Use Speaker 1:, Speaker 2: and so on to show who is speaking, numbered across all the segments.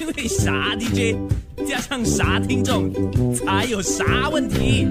Speaker 1: 因为啥 DJ 加上啥听众才有啥问题。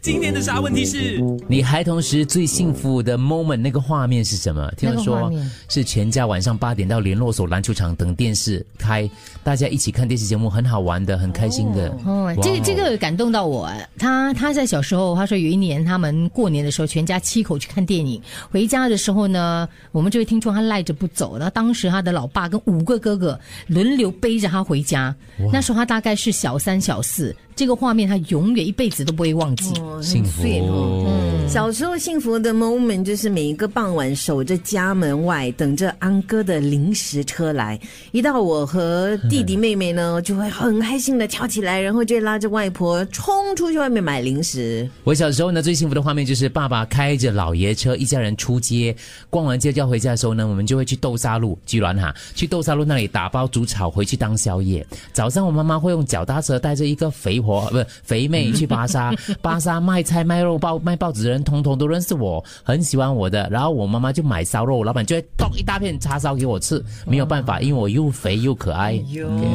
Speaker 1: 今天的啥问题是？
Speaker 2: 你孩童时最幸福的 moment 那个画面是什么？听
Speaker 3: 那个画
Speaker 2: 说
Speaker 3: 面
Speaker 2: 是全家晚上八点到联络所篮球场等电视开，大家一起看电视节目，很好玩的，很开心的。
Speaker 3: 哦，这
Speaker 2: 哇
Speaker 3: 个这个感动到我。他他在小时候，他说有一年他们过年的时候，全家七口去看电影，回家的时候呢，我们这位听众他赖着不走，然后当时他的老爸跟五个哥哥轮流背着他回家，那时候他大概是小三小四，这个画面他永远一辈子都不会忘记。
Speaker 4: 哦
Speaker 2: 幸
Speaker 4: 很
Speaker 2: 福
Speaker 4: 碎哦。小时候幸福的 moment 就是每一个傍晚守着家门外，等着安哥的零食车来。一到我和弟弟妹妹呢，就会很开心的跳起来，然后就拉着外婆冲出去外面买零食。
Speaker 2: 我小时候呢，最幸福的画面就是爸爸开着老爷车，一家人出街，逛完街就要回家的时候呢，我们就会去豆沙路，居然哈，去豆沙路那里打包煮炒回去当宵夜。早上我妈妈会用脚踏车带着一个肥婆，不是肥妹去巴沙，巴沙卖菜卖肉包卖报纸的人，通通都认识我，很喜欢我的。然后我妈妈就买烧肉，老板就会剁一大片叉烧给我吃，没有办法，因为我又肥又可爱。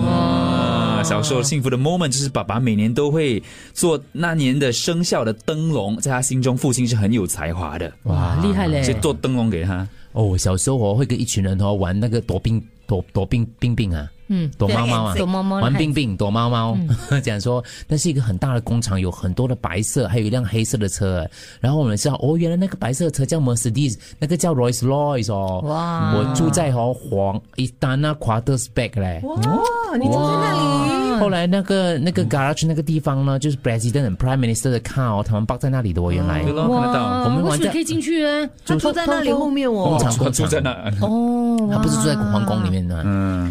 Speaker 5: 啊，小时候幸福的 moment 就是爸爸每年都会做那年的生肖的灯笼，在他心中，父亲是很有才华的，啊
Speaker 3: 哇，厉害嘞！
Speaker 5: 所以做灯笼给他。
Speaker 2: 哦，我小时候我会跟一群人哦玩那个躲冰躲躲冰冰冰啊，
Speaker 3: 嗯
Speaker 2: 躲猫猫啊，
Speaker 3: 对躲猫嗯猫
Speaker 2: 玩冰冰躲猫猫， 讲说那是一个很大的工厂，有很多的白色，还有一辆黑色的车。哎然后我们知道，哦，原来那个白色的车叫 Mercedes，那个叫 Rolls Royce 哦。
Speaker 3: 哇
Speaker 2: 我住在哦黄伊丹那 Quarterback 嘞。
Speaker 4: 哇，你住在那里？
Speaker 2: 后来那个那个 garage 那个地方呢，就是 President and Prime Minister 的 car 哦，他们 park 在那里的哦，原
Speaker 3: 哎
Speaker 2: 来。
Speaker 5: 对咯，看得到。
Speaker 2: 我们
Speaker 3: 为
Speaker 2: 玩
Speaker 3: 什么
Speaker 2: 在
Speaker 3: 可以进去呢？
Speaker 4: 他住在那里后面
Speaker 2: 工
Speaker 4: 哦。
Speaker 2: 厂工
Speaker 5: 住
Speaker 2: 厂
Speaker 5: 在那，
Speaker 3: 哦，
Speaker 2: 他不是住在
Speaker 3: 哇
Speaker 2: 皇宫里。面的。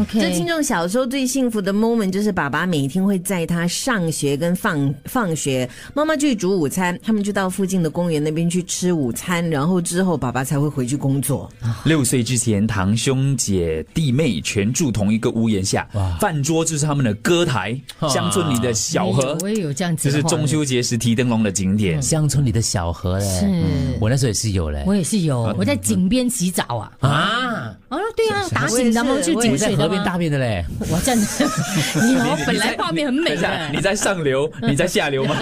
Speaker 3: OK，
Speaker 4: 这听众小时候最幸福的 moment 就是爸爸每天会载他上学跟放放学，妈妈去煮午餐，他们就到附近的公园那边去吃午餐，然后之后爸爸才会回去工作。
Speaker 5: 六岁之前，堂兄姐弟妹全住同一个屋檐下，饭桌就是他们的歌台，乡村里的小河，
Speaker 3: 哦哎我也有这样子
Speaker 5: 这
Speaker 3: 的
Speaker 5: 是
Speaker 3: 画
Speaker 5: 中
Speaker 3: 面，
Speaker 5: 秋节时提灯笼的景点。
Speaker 2: 乡村里的小河嘞，
Speaker 3: 是
Speaker 2: 嗯我那时候也是有嘞
Speaker 3: 我也是有，我在井边洗澡啊。
Speaker 2: 啊，
Speaker 3: 哦，对啊，打
Speaker 4: 我也
Speaker 3: 井的嘛，
Speaker 4: 是
Speaker 3: 就
Speaker 4: 我也
Speaker 3: 井
Speaker 2: 我在
Speaker 3: 水
Speaker 2: 河
Speaker 3: 的
Speaker 2: 边
Speaker 3: 嘛。
Speaker 2: 大便的嘞，
Speaker 3: 我真的，你哦，本来画面很美
Speaker 5: 等一
Speaker 3: 啊
Speaker 5: 下，你
Speaker 3: 的。
Speaker 5: 在上 流，你在下流吗？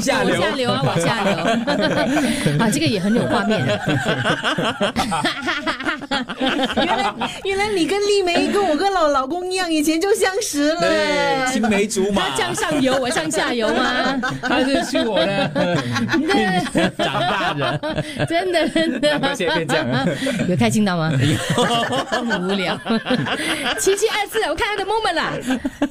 Speaker 5: 下 流
Speaker 3: 我下流啊，我 下流啊，这个也很有画面的。
Speaker 4: 原来原来你跟丽梅跟我跟老老公一样，以前就相识了。
Speaker 5: 对，青梅竹马
Speaker 3: 他，向上游，我向下游吗？
Speaker 2: 他认识我嘞，长大人。
Speaker 3: 真的真的。
Speaker 5: 怪现在变这样。
Speaker 3: 有开 心到吗？无聊。七七二四，我看他的 moment 啦。